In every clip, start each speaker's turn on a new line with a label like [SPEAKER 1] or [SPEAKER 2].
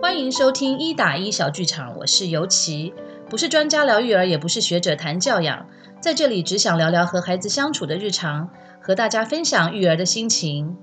[SPEAKER 1] 欢迎收听一打一小剧场，我是尤其，不是专家聊育儿，也不是学者谈教养，在这里只想聊聊和孩子相处的日常，和大家分享育儿的心情。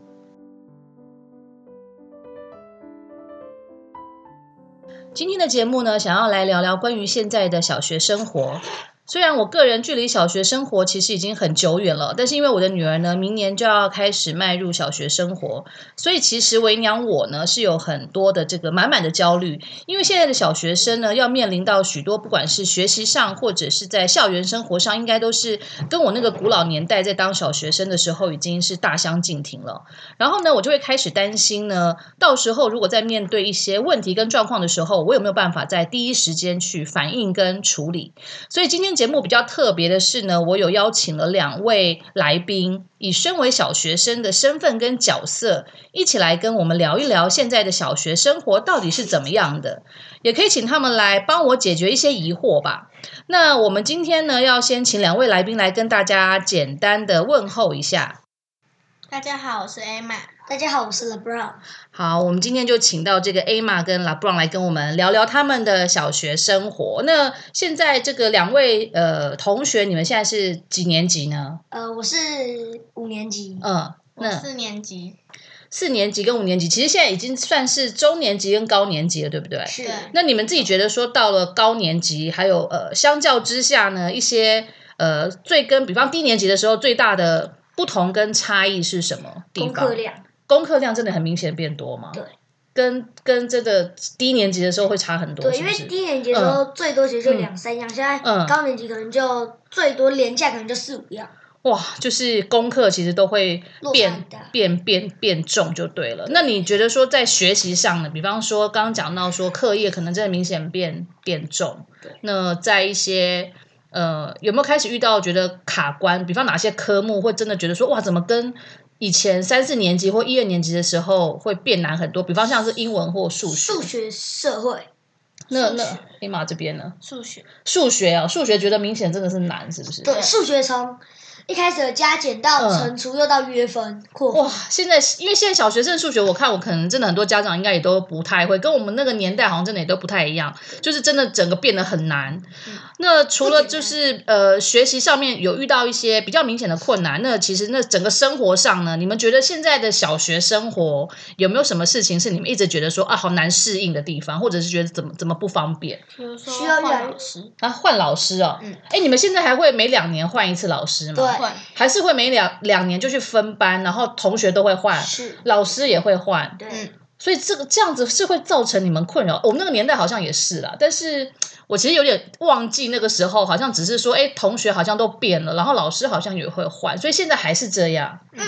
[SPEAKER 1] 今天的节目呢，想要来聊聊关于现在的小学生活。虽然我个人距离小学生活其实已经很久远了，但是因为我的女儿呢，明年就要开始迈入小学生活，所以其实为娘我呢是有很多的这个满满的焦虑，因为现在的小学生呢要面临到许多不管是学习上或者是在校园生活上，应该都是跟我那个古老年代在当小学生的时候已经是大相径庭了。然后呢，我就会开始担心呢，到时候如果在面对一些问题跟状况的时候，我有没有办法在第一时间去反应跟处理？所以今天节目比较特别的是呢，我有邀请了两位来宾，以身为小学生的身份跟角色，一起来跟我们聊一聊现在的小学生活到底是怎么样的，也可以请他们来帮我解决一些疑惑吧。那我们今天呢，要先请两位来宾来跟大家简单的问候一下。
[SPEAKER 2] 大家好，我是 Emma。大家好，我是 LeBron。
[SPEAKER 1] 好，我们今天就请到这个 Emma 跟 LaBron 来跟我们聊聊他们的小学生活。那现在这个两位呃同学，你们现在是几年级呢？
[SPEAKER 2] 呃，我是五年级，
[SPEAKER 1] 嗯，
[SPEAKER 2] 呃我
[SPEAKER 1] 那
[SPEAKER 2] 四年级，
[SPEAKER 1] 四年级跟五年级，其实现在已经算是中年级跟高年级了，对不对？
[SPEAKER 2] 是
[SPEAKER 1] 那你们自己觉得说到了高年级，还有呃相较之下呢，一些呃最跟比方低年级的时候最大的不同跟差异是什么地方？
[SPEAKER 2] 功课量
[SPEAKER 1] 功课量真的很明显变多吗？
[SPEAKER 2] 对，
[SPEAKER 1] 跟跟这个低年级的时候会差很多，
[SPEAKER 3] 对，
[SPEAKER 1] 是
[SPEAKER 3] 因
[SPEAKER 1] 不
[SPEAKER 3] 为
[SPEAKER 1] 是？
[SPEAKER 3] 低年级的时候最多其实就两三样，现
[SPEAKER 1] 嗯
[SPEAKER 3] 在高年级可能就最多廉价可能就四五样。
[SPEAKER 1] 哇，就是功课其实都会
[SPEAKER 3] 落差
[SPEAKER 1] 变
[SPEAKER 3] 很大
[SPEAKER 1] 变变变重就对了。那你觉得说在学习上呢？比方说刚刚讲到说课业可能真的明显变变重
[SPEAKER 3] 对，
[SPEAKER 1] 那在一些呃有没有开始遇到觉得卡关？比方哪些科目会真的觉得说哇，怎么跟以前三四年级或一二年级的时候会变难很多？比方像是英文或数学，
[SPEAKER 3] 数学、社会，
[SPEAKER 1] 那
[SPEAKER 2] 数
[SPEAKER 1] 嗯那
[SPEAKER 2] 学
[SPEAKER 1] 黑马这边呢？
[SPEAKER 2] 数学。
[SPEAKER 1] 数学啊，数学觉得明显真的是难，是不哎是？
[SPEAKER 3] 对，数学从一开始的加减到
[SPEAKER 1] 嗯
[SPEAKER 3] 乘除，又到约分，括
[SPEAKER 1] 哇
[SPEAKER 3] 弧，
[SPEAKER 1] 现在因为现在小学生数学，我看我可能真的很多家长应该也都不太会，跟我们那个年代好像真的也都不太一样，就是真的整个变得很难。那除了就是呃学习上面有遇到一些比较明显的困难，那其实那整个生活上呢，你们觉得现在的小学生活有没有什么事情是你们一直觉得说啊好难适应的地方，或者是觉得怎么怎么不方便
[SPEAKER 2] 比如说
[SPEAKER 3] 需要越来
[SPEAKER 2] 换
[SPEAKER 3] 越
[SPEAKER 2] 老师，
[SPEAKER 1] 啊？换老师哦，
[SPEAKER 2] 嗯
[SPEAKER 1] 哎、你们现在还会每两年换一次老师吗？
[SPEAKER 3] 对
[SPEAKER 2] 换
[SPEAKER 1] 还是会每两两年就去分班，然后同学都会换，
[SPEAKER 3] 是，
[SPEAKER 1] 老师也会换，
[SPEAKER 3] 对
[SPEAKER 2] 嗯，
[SPEAKER 1] 所以这个这样子是会造成你们困扰。哦我们那个年代好像也是啦，但是我其实有点忘记那个时候，好像只是说，哎，同学好像都变了，然后老师好像也会换，所以现在还是这样。
[SPEAKER 2] 嗯，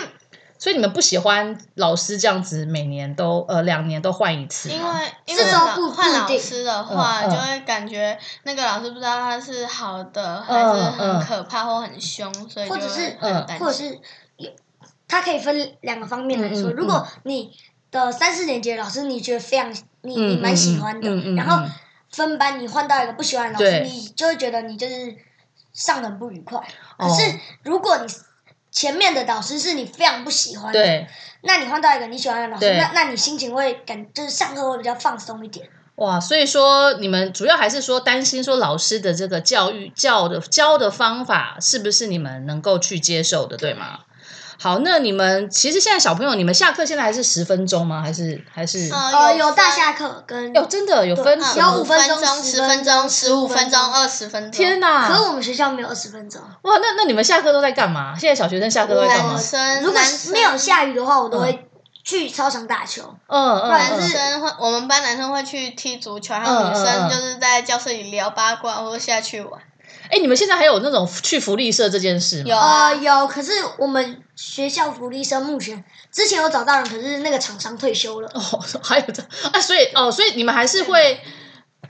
[SPEAKER 1] 所以你们不喜欢老师这样子，每年都呃两年都换一次吗，啊
[SPEAKER 2] 因为因为
[SPEAKER 3] 这周不
[SPEAKER 2] 老换老
[SPEAKER 3] 固定
[SPEAKER 2] 师的话，
[SPEAKER 1] 嗯嗯
[SPEAKER 2] 就会感觉那个老师不知道他是好的还是
[SPEAKER 1] 嗯
[SPEAKER 2] 很
[SPEAKER 1] 嗯
[SPEAKER 2] 可怕或很凶，所以就
[SPEAKER 3] 或者是嗯
[SPEAKER 2] 会很担
[SPEAKER 3] 或者
[SPEAKER 2] 心。
[SPEAKER 3] 是有，它可以分两个方面来
[SPEAKER 1] 嗯
[SPEAKER 3] 说。
[SPEAKER 1] 嗯
[SPEAKER 3] 如果你的三四年级的老师你觉得非常你
[SPEAKER 1] 嗯
[SPEAKER 3] 你蛮喜欢
[SPEAKER 1] 嗯
[SPEAKER 3] 的
[SPEAKER 1] 嗯嗯嗯，
[SPEAKER 3] 然后分班你换到一个不喜欢的老师，
[SPEAKER 1] 对
[SPEAKER 3] 你就会觉得你就是上得很不愉快。
[SPEAKER 1] 哦
[SPEAKER 3] 可是如果你前面的老师是你非常不喜欢的，
[SPEAKER 1] 哦对。
[SPEAKER 3] 那你换到一个你喜欢的老师
[SPEAKER 1] 对，
[SPEAKER 3] 那那你心情会感就是上课会比较放松一点。
[SPEAKER 1] 哇，所以说你们主要还是说担心说老师的这个教育教的教的方法是不是你们能够去接受的，对吗？好，那你们其实现在小朋友，你们下课现在还是十分钟吗？还是还是？哦、
[SPEAKER 3] 呃，有
[SPEAKER 2] 有
[SPEAKER 3] 大
[SPEAKER 2] 分
[SPEAKER 3] 下课跟，
[SPEAKER 1] 哟，真的有分
[SPEAKER 3] 对呃
[SPEAKER 1] 什
[SPEAKER 3] 有
[SPEAKER 1] 么
[SPEAKER 2] 五
[SPEAKER 3] 五分
[SPEAKER 2] 分
[SPEAKER 3] 钟
[SPEAKER 2] 十
[SPEAKER 3] 十
[SPEAKER 2] 分
[SPEAKER 3] 分
[SPEAKER 2] 钟、
[SPEAKER 3] 钟
[SPEAKER 2] 十五
[SPEAKER 3] 15
[SPEAKER 2] 分钟、
[SPEAKER 3] 分钟
[SPEAKER 2] 二十分钟。
[SPEAKER 1] 天哪！
[SPEAKER 3] 可是我们学校没有二十分钟。
[SPEAKER 1] 哇，那那你们下课都在干嘛？现在小学生下课都在干嘛
[SPEAKER 2] 男？生
[SPEAKER 3] 如果
[SPEAKER 2] 男生
[SPEAKER 3] 没有下雨的话，我都会去操场打球。
[SPEAKER 1] 嗯嗯
[SPEAKER 3] 然
[SPEAKER 2] 男
[SPEAKER 1] 嗯，
[SPEAKER 2] 生会，我们班男生会去踢足球，然后女
[SPEAKER 1] 嗯嗯
[SPEAKER 2] 生
[SPEAKER 1] 嗯
[SPEAKER 2] 就是在教室里聊八卦或者下去玩。
[SPEAKER 1] 哎，你们现在还有那种去福利社这件事吗？
[SPEAKER 2] 有啊
[SPEAKER 3] 呃，有，可是我们学校福利生目前之前有找到人，可是那个厂商退休了。
[SPEAKER 1] 哦， 还有这啊，所以哦，所以你们还是会，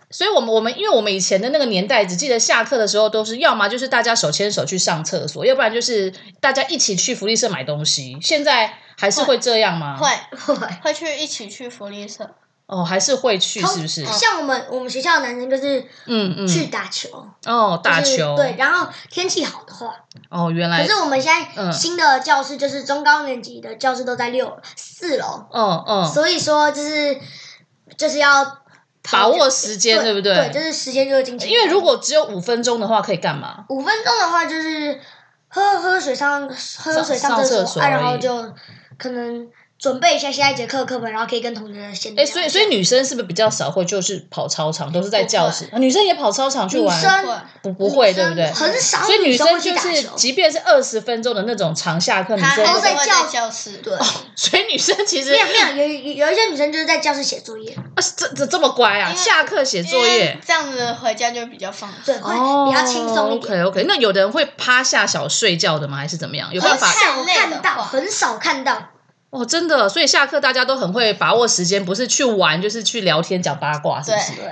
[SPEAKER 1] 所以我们我们因为我们以前的那个年代，只记得下课的时候都是要么就是大家手牵手去上厕所，要不然就是大家一起去福利社买东西。现在还是会这样吗？
[SPEAKER 2] 会
[SPEAKER 3] 对，
[SPEAKER 2] 会去一起去福利社，
[SPEAKER 1] 哦，还是会去，是不是？
[SPEAKER 3] 像我们我们学校的男生就是
[SPEAKER 1] 嗯
[SPEAKER 3] 哦去
[SPEAKER 1] 嗯，
[SPEAKER 3] 打球，
[SPEAKER 1] 哦，打
[SPEAKER 3] 就是
[SPEAKER 1] 球，
[SPEAKER 3] 对，然后天气好的话，
[SPEAKER 1] 哦，原
[SPEAKER 3] 可
[SPEAKER 1] 来
[SPEAKER 3] 是，我们现
[SPEAKER 1] 嗯
[SPEAKER 3] 在新的教室就是中高年级的教室都在六四楼，
[SPEAKER 1] 嗯嗯，
[SPEAKER 3] 所以说就是就是要
[SPEAKER 1] 把握时间，对不
[SPEAKER 3] 对？
[SPEAKER 1] 对？
[SPEAKER 3] 就是时间就是金钱。
[SPEAKER 1] 因为如果只有五分钟的话，可以干嘛？
[SPEAKER 3] 五分钟的话，就是喝喝水上喝水
[SPEAKER 1] 上
[SPEAKER 3] 厕
[SPEAKER 1] 厕所
[SPEAKER 3] 啊，
[SPEAKER 1] 而已
[SPEAKER 3] 然后就可能准备一下下一节课的课本，然后可以跟同学闲聊
[SPEAKER 1] 哎，
[SPEAKER 3] 一下。
[SPEAKER 1] 所以所以女生是不是比较少会就是跑操场，都是在教室？啊女生也跑操场去
[SPEAKER 3] 女
[SPEAKER 1] 玩？啊
[SPEAKER 3] 生
[SPEAKER 2] 会
[SPEAKER 1] 不不会，
[SPEAKER 3] 女
[SPEAKER 1] 对不
[SPEAKER 3] 生
[SPEAKER 1] 对？
[SPEAKER 3] 很少
[SPEAKER 1] 所以女
[SPEAKER 3] 生
[SPEAKER 1] 生
[SPEAKER 3] 会去
[SPEAKER 1] 就
[SPEAKER 3] 打
[SPEAKER 1] 是，
[SPEAKER 3] 球，
[SPEAKER 1] 即便是二十分钟的那种长下课，女
[SPEAKER 2] 她
[SPEAKER 1] 生
[SPEAKER 2] 还
[SPEAKER 3] 都
[SPEAKER 2] 是
[SPEAKER 1] 也
[SPEAKER 3] 在
[SPEAKER 2] 会
[SPEAKER 3] 教
[SPEAKER 2] 在教室。
[SPEAKER 3] 对，
[SPEAKER 1] 所以女生其实
[SPEAKER 3] 没有没有，有有有一些女生就是在教室写作业，
[SPEAKER 1] 啊这这这么乖啊，
[SPEAKER 2] 因为
[SPEAKER 1] 下课写作
[SPEAKER 2] 因
[SPEAKER 1] 业
[SPEAKER 2] 为。这样子回家就比较放松。
[SPEAKER 3] 对，会
[SPEAKER 1] 哦
[SPEAKER 3] 比较轻松一点。
[SPEAKER 1] OK 哦 OK，那有的人会趴下小睡觉的吗？还是怎么样？有
[SPEAKER 3] 很
[SPEAKER 1] 办法？
[SPEAKER 3] 少
[SPEAKER 2] 很累的
[SPEAKER 3] 看到，
[SPEAKER 2] 话
[SPEAKER 3] 很少看到。
[SPEAKER 1] 哦，真的，所以下课大家都很会把握时间，不是去玩就是去聊天讲八卦，是不是？
[SPEAKER 3] 对，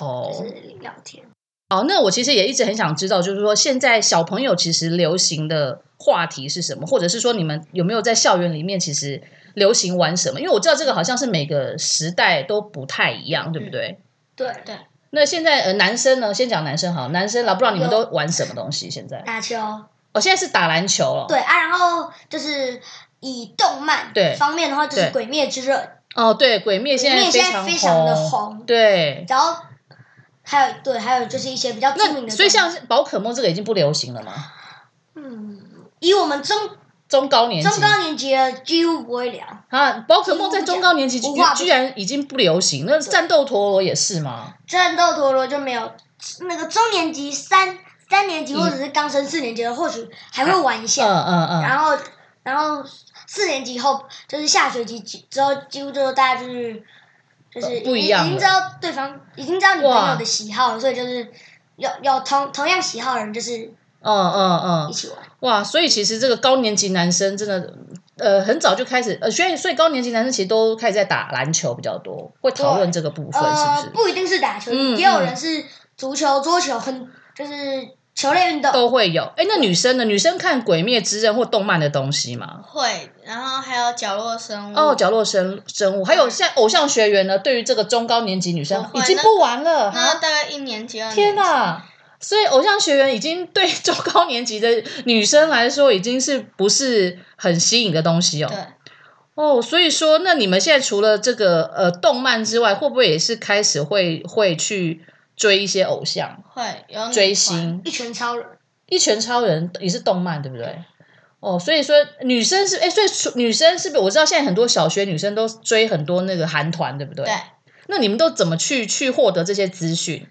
[SPEAKER 1] 哦，
[SPEAKER 3] 就是聊天。
[SPEAKER 1] 好，哦那我其实也一直很想知道，就是说现在小朋友其实流行的话题是什么，或者是说你们有没有在校园里面其实流行玩什么？因为我知道这个好像是每个时代都不太一样，
[SPEAKER 3] 嗯
[SPEAKER 1] 对不对？
[SPEAKER 3] 对，
[SPEAKER 1] 那现在呃，男生呢，先讲男生好，男生啦，不知道你们
[SPEAKER 3] 有
[SPEAKER 1] 都玩什么东西？现在
[SPEAKER 3] 打球。
[SPEAKER 1] 哦，现在是打篮球了，
[SPEAKER 3] 对啊，然后就是以动漫
[SPEAKER 1] 对
[SPEAKER 3] 方面的话，就是
[SPEAKER 1] 对
[SPEAKER 3] 《鬼灭之刃》，
[SPEAKER 1] 哦，对，鬼灭现
[SPEAKER 3] 鬼灭
[SPEAKER 1] 非
[SPEAKER 3] 现在
[SPEAKER 1] 常
[SPEAKER 3] 非常的红
[SPEAKER 1] 对。
[SPEAKER 3] 然后还有对，还有就是一些比较著名
[SPEAKER 1] 那
[SPEAKER 3] 的动漫。
[SPEAKER 1] 所以像是宝可梦这个已经不流行了嘛？
[SPEAKER 3] 嗯，以我们中
[SPEAKER 1] 中高年级
[SPEAKER 3] 中高年级的几乎不会聊，
[SPEAKER 1] 啊，宝可梦在中高年级居
[SPEAKER 3] 无话不
[SPEAKER 1] 居然已经不流行，那战斗陀螺也是吗？
[SPEAKER 3] 战斗陀螺就没有。那个中年级三三年级或者是刚升四年级的，或许还会玩一下。
[SPEAKER 1] 嗯嗯嗯，
[SPEAKER 3] 然后，然后四年级以后就是下学期几之后，几乎就大家就是就是已
[SPEAKER 1] 不
[SPEAKER 3] 经
[SPEAKER 1] 一样了
[SPEAKER 3] 已经知道对方已经知道你朋
[SPEAKER 1] 哇
[SPEAKER 3] 友的喜好了，所以就是有有同同样喜好的人就是
[SPEAKER 1] 嗯嗯
[SPEAKER 3] 一
[SPEAKER 1] 嗯，
[SPEAKER 3] 起玩。
[SPEAKER 1] 哇！所以其实这个高年级男生真的，呃，很早就开始，呃，所以所以高年级男生其实都开始在打篮球比较多，会讨论这个部分，
[SPEAKER 3] 呃，
[SPEAKER 1] 是不是？
[SPEAKER 3] 不一定是打球，
[SPEAKER 1] 嗯
[SPEAKER 3] 也有
[SPEAKER 1] 嗯
[SPEAKER 3] 人是足球、桌球，很就是球类运动。
[SPEAKER 1] 都会有。哎，那女生呢？女生看《鬼灭之刃》或动漫的东西吗？
[SPEAKER 2] 会，然后还有角落生物。
[SPEAKER 1] 哦，角落生生物，还有像偶像学员呢，对于这个中高年级女生
[SPEAKER 2] 不
[SPEAKER 1] 已
[SPEAKER 2] 会
[SPEAKER 1] 经
[SPEAKER 2] 那
[SPEAKER 1] 不玩了
[SPEAKER 2] 然后
[SPEAKER 1] 哈。
[SPEAKER 2] 大概一年级、二年级。
[SPEAKER 1] 天哪！所以偶像学员已经对中高年级的女生来说，已经是不是很吸引的东西哦？
[SPEAKER 2] 对，
[SPEAKER 1] 哦，所以说，那你们现在除了这个呃动漫之外，会不会也是开始会会去追一些偶像、
[SPEAKER 2] 会有女
[SPEAKER 1] 追
[SPEAKER 2] 团。
[SPEAKER 1] 星？
[SPEAKER 3] 一拳超人，
[SPEAKER 1] 一拳超人也是动漫，对不对？哦，所以说女生是哎，所以除女生是不是？我知道现在很多小学女生都追很多那个韩团，对不对？
[SPEAKER 2] 对，
[SPEAKER 1] 那你们都怎么去去获得这些资讯？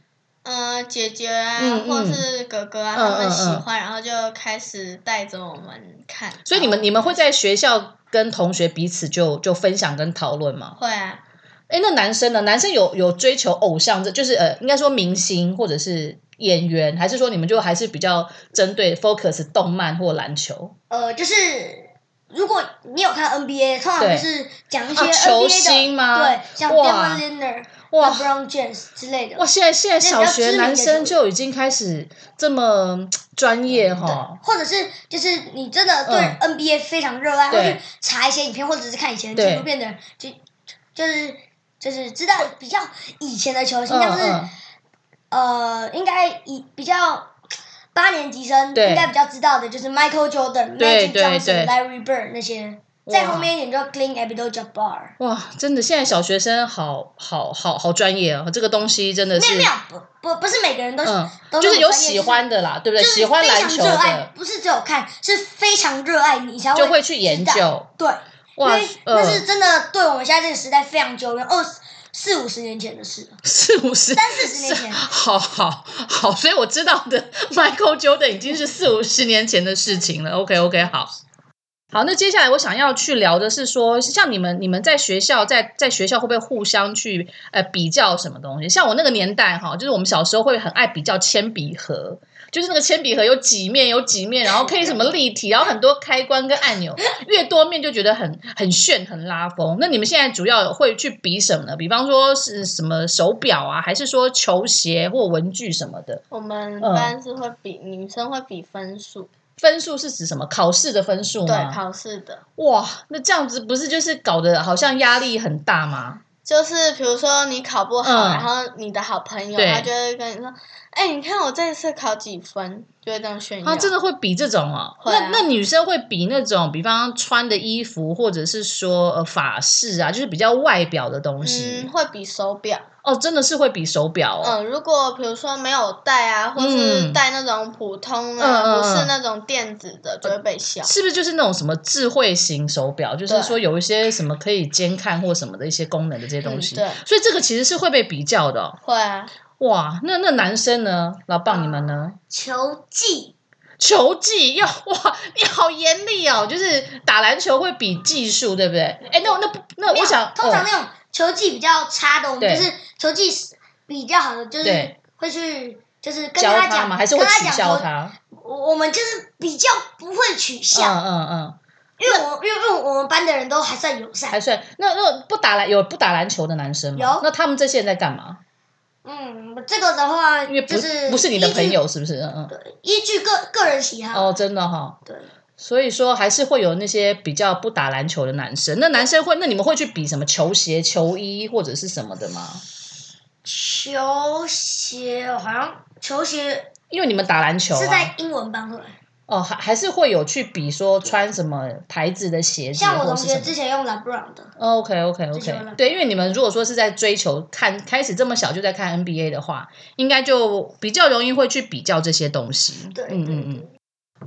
[SPEAKER 2] 嗯、姐姐啊，
[SPEAKER 1] 嗯嗯
[SPEAKER 2] 或是哥哥啊，
[SPEAKER 1] 嗯
[SPEAKER 2] 他们喜
[SPEAKER 1] 嗯嗯
[SPEAKER 2] 欢，然后就开始带着我们看。
[SPEAKER 1] 所以你
[SPEAKER 2] 然
[SPEAKER 1] 们
[SPEAKER 2] 后
[SPEAKER 1] 你们会在学校跟同学彼此就就分享跟讨论吗？
[SPEAKER 2] 会啊，
[SPEAKER 1] 哎，那男生呢？男生有有追求偶像，这就是呃，应该说明星或者是演员，还是说你们就还是比较针对 focus 动漫或篮球
[SPEAKER 3] 呃，就是如果你有看 NBA，通常
[SPEAKER 1] 对
[SPEAKER 3] 就是讲一些
[SPEAKER 1] 啊
[SPEAKER 3] NBA 的、
[SPEAKER 1] 球星吗？
[SPEAKER 3] 对，像
[SPEAKER 1] 哇
[SPEAKER 3] Damian l i n e r
[SPEAKER 1] 哇
[SPEAKER 3] LeBron James 之类的。
[SPEAKER 1] 哇！现在现在小
[SPEAKER 3] 那
[SPEAKER 1] 学
[SPEAKER 3] 比较知名的
[SPEAKER 1] 男生
[SPEAKER 3] 球
[SPEAKER 1] 就已经开始这么嗯专业哈，
[SPEAKER 3] 或者是就是你真的对
[SPEAKER 1] 嗯
[SPEAKER 3] NBA 非常热爱，
[SPEAKER 1] 对
[SPEAKER 3] 会去查一些影片，或者是看以前的
[SPEAKER 1] 对
[SPEAKER 3] 纪录片的人，就就是就是知道比较以前的球星，
[SPEAKER 1] 嗯
[SPEAKER 3] 像是、
[SPEAKER 1] 嗯，
[SPEAKER 3] 呃，应该以比较八年级生
[SPEAKER 1] 对
[SPEAKER 3] 应该比较知道的，就是 Michael Jordan、
[SPEAKER 1] 对
[SPEAKER 3] Magic
[SPEAKER 1] 对
[SPEAKER 3] Johnson、
[SPEAKER 1] 对
[SPEAKER 3] Larry Bird 那些。
[SPEAKER 1] 哇
[SPEAKER 3] 再后面一点就 Clean Abdul Jabbar。
[SPEAKER 1] 哇！真的，现在小学生好好好好专业哦，这个东西真的
[SPEAKER 3] 没
[SPEAKER 1] 是
[SPEAKER 3] 有没有，不不不是每个人都是、
[SPEAKER 1] 嗯，
[SPEAKER 3] 都
[SPEAKER 1] 就是
[SPEAKER 3] 那么
[SPEAKER 1] 有
[SPEAKER 3] 专业
[SPEAKER 1] 喜欢的啦，对不
[SPEAKER 3] 就
[SPEAKER 1] 对？
[SPEAKER 3] 是
[SPEAKER 1] 喜欢篮球
[SPEAKER 3] 非常热爱
[SPEAKER 1] 的，
[SPEAKER 3] 不是只有看，是非常热爱你才
[SPEAKER 1] 就
[SPEAKER 3] 会
[SPEAKER 1] 会去研
[SPEAKER 3] 知道
[SPEAKER 1] 究
[SPEAKER 3] 对，因
[SPEAKER 1] 哇
[SPEAKER 3] 为！
[SPEAKER 1] 呃
[SPEAKER 3] 那是真的对我们现在这个时代非常久远，二十四五十年前的事了，
[SPEAKER 1] 四五十
[SPEAKER 3] 三四十年 前。
[SPEAKER 1] 好好好，所以我知道的 Michael Jordan 已经是四五十年前的事情了。OK OK，好。好，那接下来我想要去聊的是说，像你们你们在学校在在学校会不会互相去呃比较什么东西？像我那个年代哈，就是我们小时候会很爱比较铅笔盒，就是那个铅笔盒有几面有几面，然后可以什么立体，然后很多开关跟按钮，越多面就觉得很很炫很拉风。那你们现在主要会去比什么呢？比方说是什么手表啊，还是说球鞋或文具什么的？
[SPEAKER 2] 我们
[SPEAKER 1] 嗯
[SPEAKER 2] 班是会比、女生会比分数，
[SPEAKER 1] 分数是指什么？考试的分数
[SPEAKER 2] 对
[SPEAKER 1] 吗？
[SPEAKER 2] 考试的。
[SPEAKER 1] 哇，那这样子不是就是搞得好像压力很大吗？
[SPEAKER 2] 就是比如说你考不好，
[SPEAKER 1] 嗯
[SPEAKER 2] 然后你的好朋友
[SPEAKER 1] 对
[SPEAKER 2] 他就会跟你说：“哎、你看我这一次考几分？”就会这样炫耀。
[SPEAKER 1] 啊，真的会比这种哦。
[SPEAKER 2] 会啊
[SPEAKER 1] 那那女生会比那种，比方穿的衣服，或者是说呃发饰啊，就是比较外表的东西。
[SPEAKER 2] 嗯嗯，会比手表，
[SPEAKER 1] 哦，真的是会比手表哦。
[SPEAKER 2] 嗯，如果比如说没有带啊，或是
[SPEAKER 1] 嗯
[SPEAKER 2] 带那种普通
[SPEAKER 1] 嗯嗯
[SPEAKER 2] 的，
[SPEAKER 1] 嗯
[SPEAKER 2] 不是那种电子的，就会被笑。
[SPEAKER 1] 是不是就是那种什么智慧型手表？就是
[SPEAKER 2] 对
[SPEAKER 1] 说有一些什么可以监看或什么的一些功能的这些东西，
[SPEAKER 2] 嗯对
[SPEAKER 1] 所以这个其实是会被比较的哦、
[SPEAKER 2] 会啊，
[SPEAKER 1] 哇，那那男生呢？老棒你们呢？
[SPEAKER 3] 球技
[SPEAKER 1] 球技要 哇，你好严厉哦！就是打篮球会比技术，对不对？哎，那那不那
[SPEAKER 3] 没有
[SPEAKER 1] 我想，
[SPEAKER 3] 通常
[SPEAKER 1] 哦
[SPEAKER 3] 那种球技比较差的，我们
[SPEAKER 1] 对
[SPEAKER 3] 就是球技比较好的，就是
[SPEAKER 1] 对
[SPEAKER 3] 会去就是跟
[SPEAKER 1] 教他
[SPEAKER 3] 他讲，
[SPEAKER 1] 嘛，还是会
[SPEAKER 3] 跟他
[SPEAKER 1] 取
[SPEAKER 3] 讲
[SPEAKER 1] 笑
[SPEAKER 3] 说
[SPEAKER 1] 他？
[SPEAKER 3] 我我们就是比较不会取
[SPEAKER 1] 嗯
[SPEAKER 3] 笑，
[SPEAKER 1] 嗯嗯，
[SPEAKER 3] 因为我因为因为我们班的人都还算友善
[SPEAKER 1] 还，算那那不打篮有不打篮球的男生吗
[SPEAKER 3] 有？
[SPEAKER 1] 那他们这些人在干嘛？
[SPEAKER 3] 嗯，这个的话
[SPEAKER 1] 因为不
[SPEAKER 3] 就是
[SPEAKER 1] 不是你的
[SPEAKER 3] 依据
[SPEAKER 1] 朋，友，是不是？嗯嗯。
[SPEAKER 3] 依据个个人喜好，
[SPEAKER 1] 哦，真的哈、
[SPEAKER 3] 对，
[SPEAKER 1] 所以说还是会有那些比较不打篮球的男生。那男生会，那你们会去比什么球鞋、球衣或者是什么的吗？
[SPEAKER 3] 球鞋好像球鞋
[SPEAKER 1] 因为你们打篮球、啊、
[SPEAKER 3] 是在英文班会，
[SPEAKER 1] 哦，还还是会有去比说穿什么牌子的鞋子，
[SPEAKER 3] 像我
[SPEAKER 1] 或
[SPEAKER 3] 同
[SPEAKER 1] 啊者是什
[SPEAKER 3] 学
[SPEAKER 1] 么。
[SPEAKER 3] 之前用 LeBron 的，
[SPEAKER 1] OK OK
[SPEAKER 3] 之前
[SPEAKER 1] OK，
[SPEAKER 3] 有了
[SPEAKER 1] 对，因为你们如果说是在追求看开始这么小就在看 NBA 的话，应该就比较容易会去比较这些东西。
[SPEAKER 3] 对
[SPEAKER 1] 嗯嗯
[SPEAKER 3] 对
[SPEAKER 1] 嗯。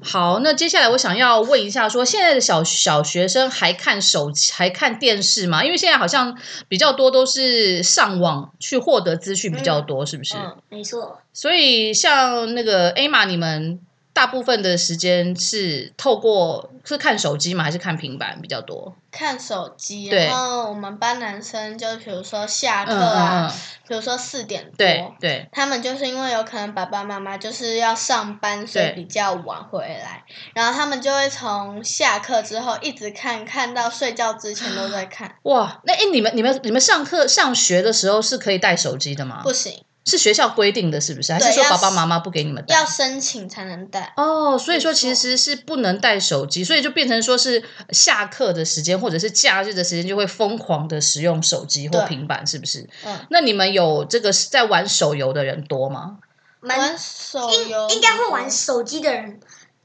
[SPEAKER 1] 好，那接下来我想要问一下说现在的小小学生还看手机还看电视吗？因为现在好像比较多都是上网去获得资讯比较多，是不是？
[SPEAKER 2] 嗯，
[SPEAKER 3] 没错，
[SPEAKER 1] 所以像那个 A 玛，你们大部分的时间是透过是看手机吗？还是看平板比较多？
[SPEAKER 2] 看手机。
[SPEAKER 1] 对
[SPEAKER 2] 然后我们班男生就比如说下课
[SPEAKER 1] 嗯嗯
[SPEAKER 2] 啊
[SPEAKER 1] 嗯，，
[SPEAKER 2] 比如说四点
[SPEAKER 1] 对
[SPEAKER 2] 多。
[SPEAKER 1] 对。
[SPEAKER 2] 他们就是因为有可能爸爸妈妈就是要上班，所以
[SPEAKER 1] 对
[SPEAKER 2] 比较晚回来，然后他们就会从下课之后一直看，看到睡觉之前都在看，
[SPEAKER 1] 哇，那哎，诶你们你们你们上课上学的时候是可以带手机的吗
[SPEAKER 2] 不？行，
[SPEAKER 1] 是学校规定的，是不是？还是
[SPEAKER 2] 对
[SPEAKER 1] 说
[SPEAKER 2] 要
[SPEAKER 1] 爸爸妈妈不给你们带
[SPEAKER 2] 要？申请才能带。
[SPEAKER 1] 哦，所以说
[SPEAKER 2] 没错
[SPEAKER 1] 其实是不能带手机，所以就变成说是下课的时间或者是假日的时间就会疯狂的使用手机或
[SPEAKER 2] 对
[SPEAKER 1] 平板，是不是？
[SPEAKER 2] 嗯，
[SPEAKER 1] 那你们有这个在玩手游的人多吗？
[SPEAKER 3] 蛮
[SPEAKER 2] 玩手游
[SPEAKER 1] 哦
[SPEAKER 3] 应应该会玩手机的人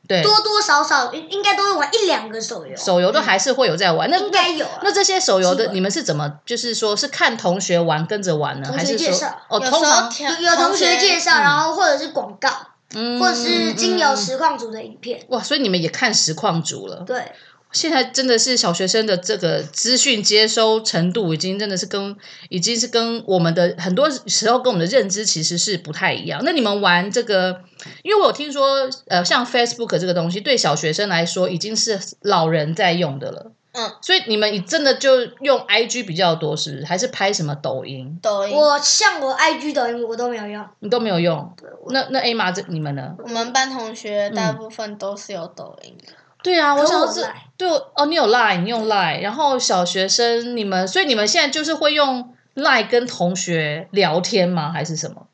[SPEAKER 1] 对，
[SPEAKER 3] 多多少少应应该都会玩一两个手游，
[SPEAKER 1] 手游都还是会有在玩。那
[SPEAKER 3] 应
[SPEAKER 1] 那
[SPEAKER 3] 该有嗯啊
[SPEAKER 1] 那这些手游
[SPEAKER 3] 基
[SPEAKER 1] 的
[SPEAKER 3] 本
[SPEAKER 1] 你们是怎么？就是说是看同学玩跟着玩呢，
[SPEAKER 3] 同学
[SPEAKER 1] 还是
[SPEAKER 3] 介
[SPEAKER 1] 说
[SPEAKER 3] 绍
[SPEAKER 1] 哦，
[SPEAKER 2] 有
[SPEAKER 1] 通
[SPEAKER 2] 时候
[SPEAKER 1] 常
[SPEAKER 2] 同
[SPEAKER 3] 有有同学嗯介绍，然后或者是广告，
[SPEAKER 1] 嗯
[SPEAKER 3] 或者是经由
[SPEAKER 1] 嗯嗯
[SPEAKER 3] 实况组的影片，
[SPEAKER 1] 哇，所以你们也看实况组了。
[SPEAKER 3] 对，
[SPEAKER 1] 现在真的是小学生的这个资讯接收程度，已经真的是跟已经是跟我们的很多时候跟我们的认知其实是不太一样。那你们玩这个，因为我有听说，呃，像 Facebook 这个东西，对小学生来说已经是老人在用的了。
[SPEAKER 2] 嗯，
[SPEAKER 1] 所以你们真的就用 IG 比较多，是不是？还是拍什么抖音？
[SPEAKER 2] 抖音，
[SPEAKER 3] 我像我 IG 抖音我都没有用，
[SPEAKER 1] 你都没有用
[SPEAKER 3] 对。我
[SPEAKER 1] 那那 A 玛这你们呢？
[SPEAKER 2] 我们班同学大部分都是有抖音的，
[SPEAKER 1] 对啊，我
[SPEAKER 3] 可
[SPEAKER 1] 想
[SPEAKER 3] 我
[SPEAKER 1] 要是
[SPEAKER 3] Line
[SPEAKER 1] 对哦，你有 Line，你用 Line，然后小学生你们，所以你们现在就是会用 Line 跟同学聊天吗？还是什么？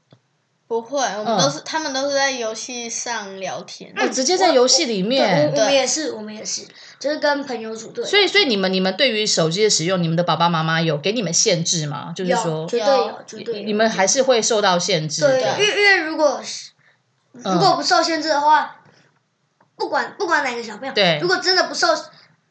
[SPEAKER 2] 不会，我们都是、他们都是在游戏上聊天。
[SPEAKER 1] 哦，直接在游戏里
[SPEAKER 3] 嗯对，我
[SPEAKER 1] 面。
[SPEAKER 3] 我们
[SPEAKER 2] 对
[SPEAKER 3] 也是，我们也是，就是跟朋友组队，
[SPEAKER 1] 所以，所以你们你们对于手机的使用，你们的爸爸妈妈有给你们限制吗？就是
[SPEAKER 3] 有
[SPEAKER 1] 说，
[SPEAKER 3] 绝对有，绝对有
[SPEAKER 1] 你们还是会受到限制。嗯
[SPEAKER 3] 对，啊嗯
[SPEAKER 2] 对
[SPEAKER 3] 因为因为如果是如果不受限制的话，不管不管哪个小朋友，
[SPEAKER 1] 对
[SPEAKER 3] 如果真的不受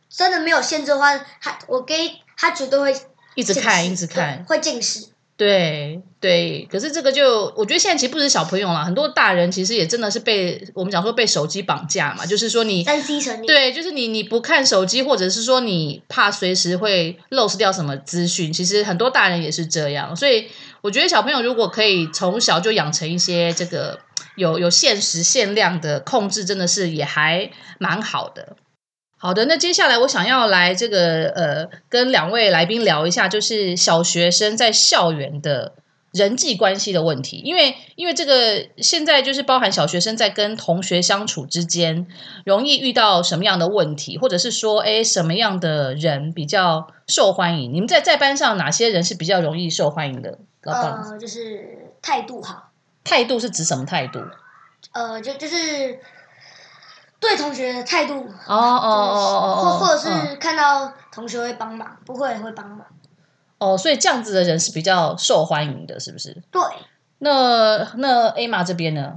[SPEAKER 3] 真的没有限制的话，他我给他绝对会
[SPEAKER 1] 一直
[SPEAKER 3] 近
[SPEAKER 1] 看，
[SPEAKER 3] 视
[SPEAKER 1] 一直
[SPEAKER 3] 对
[SPEAKER 1] 看。
[SPEAKER 3] 会近视。
[SPEAKER 1] 对对，可是这个就我觉得现在其实不止小朋友啦，很多大人其实也真的是被我们讲说被手机绑架嘛，就是说你
[SPEAKER 3] 三 C 成瘾，
[SPEAKER 1] 对，就是你你不看手机，或者是说你怕随时会漏失掉什么资讯，其实很多大人也是这样。所以我觉得小朋友如果可以从小就养成一些这个有有限时限量的控制，真的是也还蛮好的。好的，那接下来我想要来这个呃，跟两位来宾聊一下，就是小学生在校园的人际关系的问题，因为因为这个现在就是包含小学生在跟同学相处之间，容易遇到什么样的问题，或者是说，哎，什么样的人比较受欢迎？你们在在班上哪些人是比较容易受欢迎的？老板、
[SPEAKER 3] 呃，就是态度好，
[SPEAKER 1] 态度是指什么态度？
[SPEAKER 3] 呃，就就是对同学的态度，
[SPEAKER 1] 哦哦
[SPEAKER 3] 或或者
[SPEAKER 1] 嗯
[SPEAKER 3] 是看到同学会帮忙，不会会帮忙，
[SPEAKER 1] 哦，所以这样子的人是比较受欢迎的，是不是？
[SPEAKER 3] 对，
[SPEAKER 1] 那那 A 玛这边呢？